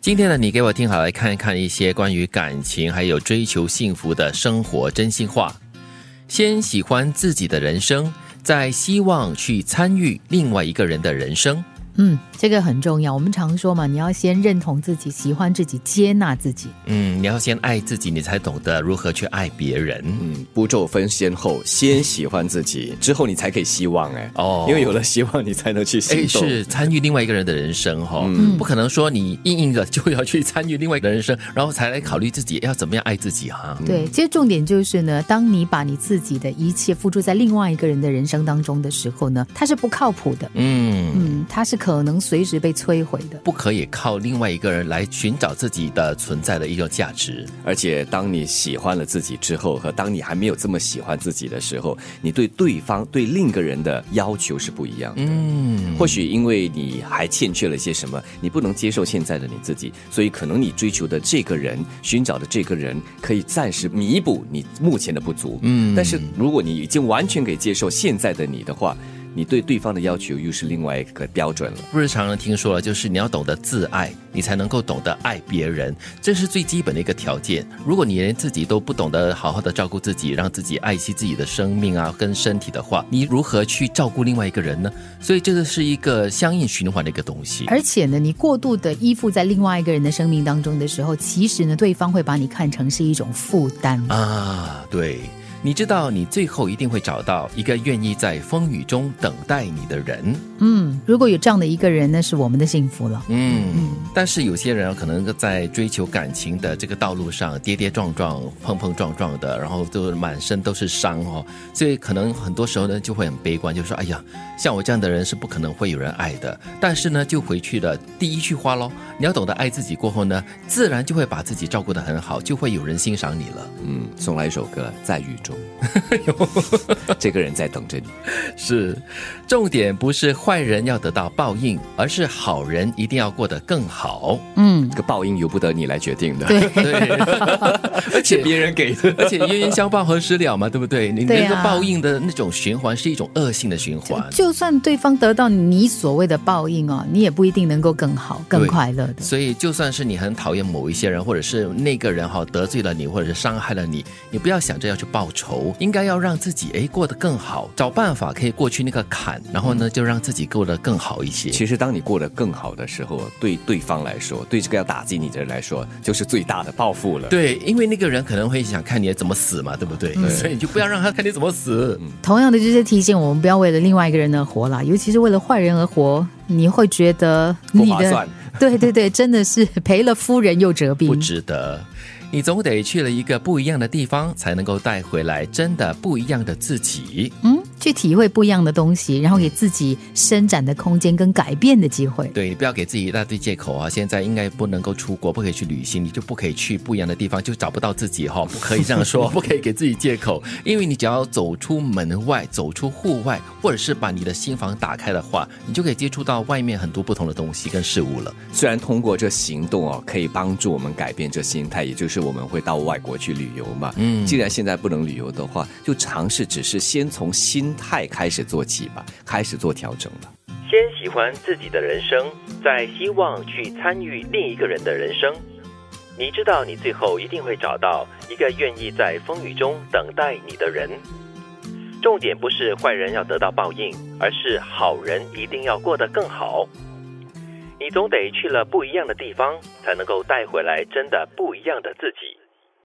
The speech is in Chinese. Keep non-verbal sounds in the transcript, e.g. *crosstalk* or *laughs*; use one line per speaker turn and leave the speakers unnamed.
今天呢，你给我听好，来看一看一些关于感情还有追求幸福的生活真心话。先喜欢自己的人生，再希望去参与另外一个人的人生。
嗯，这个很重要。我们常说嘛，你要先认同自己，喜欢自己，接纳自己。
嗯，你要先爱自己，你才懂得如何去爱别人。
嗯，步骤分先后，先喜欢自己，之后你才可以希望哎。
哦
因为有了希望，你才能去行
哎，
动。
是参与另外一个人的人生哈、
嗯
不可能说你硬硬的就要去参与另外一个人生，然后才来考虑自己要怎么样爱自己啊哈、
对，其实重点就是呢，当你把你自己的一切付诸在另外一个人的人生当中的时候呢，它是不靠谱的。
嗯，
嗯，它是可能随时被摧毁的。
不可以靠另外一个人来寻找自己的存在的一种价值。
而且当你喜欢了自己之后，和当你还没有这么喜欢自己的时候，你对对方、对另一个人的要求是不一样的。
嗯，
或许因为你还欠缺了些什么，你不能接受现在的你自己，所以可能你追求的这个人、寻找的这个人，可以暂时弥补你目前的不足。
嗯
但是如果你已经完全可以接受现在的你的话，你对对方的要求又是另外一个标准了。
不是常常听说了，就是你要懂得自爱，你才能够懂得爱别人，这是最基本的一个条件。如果你连自己都不懂得好好的照顾自己，让自己爱惜自己的生命啊跟身体的话，你如何去照顾另外一个人呢？所以这个是一个相应循环的一个东西。
而且呢，你过度的依附在另外一个人的生命当中的时候，其实呢，对方会把你看成是一种负担。
啊，对，你知道，你最后一定会找到一个愿意在风雨中等待你的人。
嗯，如果有这样的一个人，那是我们的幸福了。
嗯，但是有些人啊可能在追求感情的这个道路上跌跌撞撞、碰碰撞撞的，然后就满身都是伤哦，所以可能很多时候呢就会很悲观，就说：“哎呀，像我这样的人是不可能会有人爱的。”但是呢，就回去的第一句话喽，你要懂得爱自己过后呢，自然就会把自己照顾得很好，就会有人欣赏你了。
嗯，送来一首歌，在雨中，这个人在等着你。
是，重点不是坏人要得到报应，而是好人一定要过得更好。
嗯，
这个报应由不得你来决定
*laughs*
的，
对，
对，而
是
且
别人给的。
而且冤冤相报何时了嘛，对不对？你
对
那
啊
个报应的那种循环是一种恶性的循环。
就算对方得到你所谓的报应哦，你也不一定能够更好、更
对
快乐的。
所以，就算是你很讨厌某一些人，或者是那个人哈得罪了你，或者是伤害了你，你不要想着要去报仇，应该要让自己哎过得更好，找办法可以过去那个坎，然后呢就让自己过得更好一些。
其实，当你过得更好的时候，对对方来说，对这个要打击你的人来说，就是最大的报复了。
对，因为那个人可能会想看你怎么死嘛，对不对？所以你就不要让他看你怎么死。
同样的，就是提醒我们不要为了另外一个人而活啦，尤其是为了坏人而活，你会觉得
不
你
划
的
算
对对对，真的是赔了夫人又折兵
不。值得。你总得去了一个不一样的地方，才能够带回来真的不一样的自己。
嗯，去体会不一样的东西，然后给自己伸展的空间跟改变的机会。
对你不要给自己一大堆借口啊！现在应该不能够出国，不可以去旅行，你就不可以去不一样的地方，就找不到自己哈、不可以这样说， *laughs* 不可以给自己借口，因为你只要走出门外，走出户外，或者是把你的心房打开的话，你就可以接触到外面很多不同的东西跟事物了。
虽然通过这行动哦，可以帮助我们改变这心态，也就是我们会到外国去旅游嘛。
嗯
既然现在不能旅游的话，就尝试只是先从心态开始做起吧，开始做调整吧。
先喜欢自己的人生，再希望去参与另一个人的人生。你知道，你最后一定会找到一个愿意在风雨中等待你的人。重点不是坏人要得到报应，而是好人一定要过得更好。你总得去了不一样的地方，才能够带回来真的不一样的自己。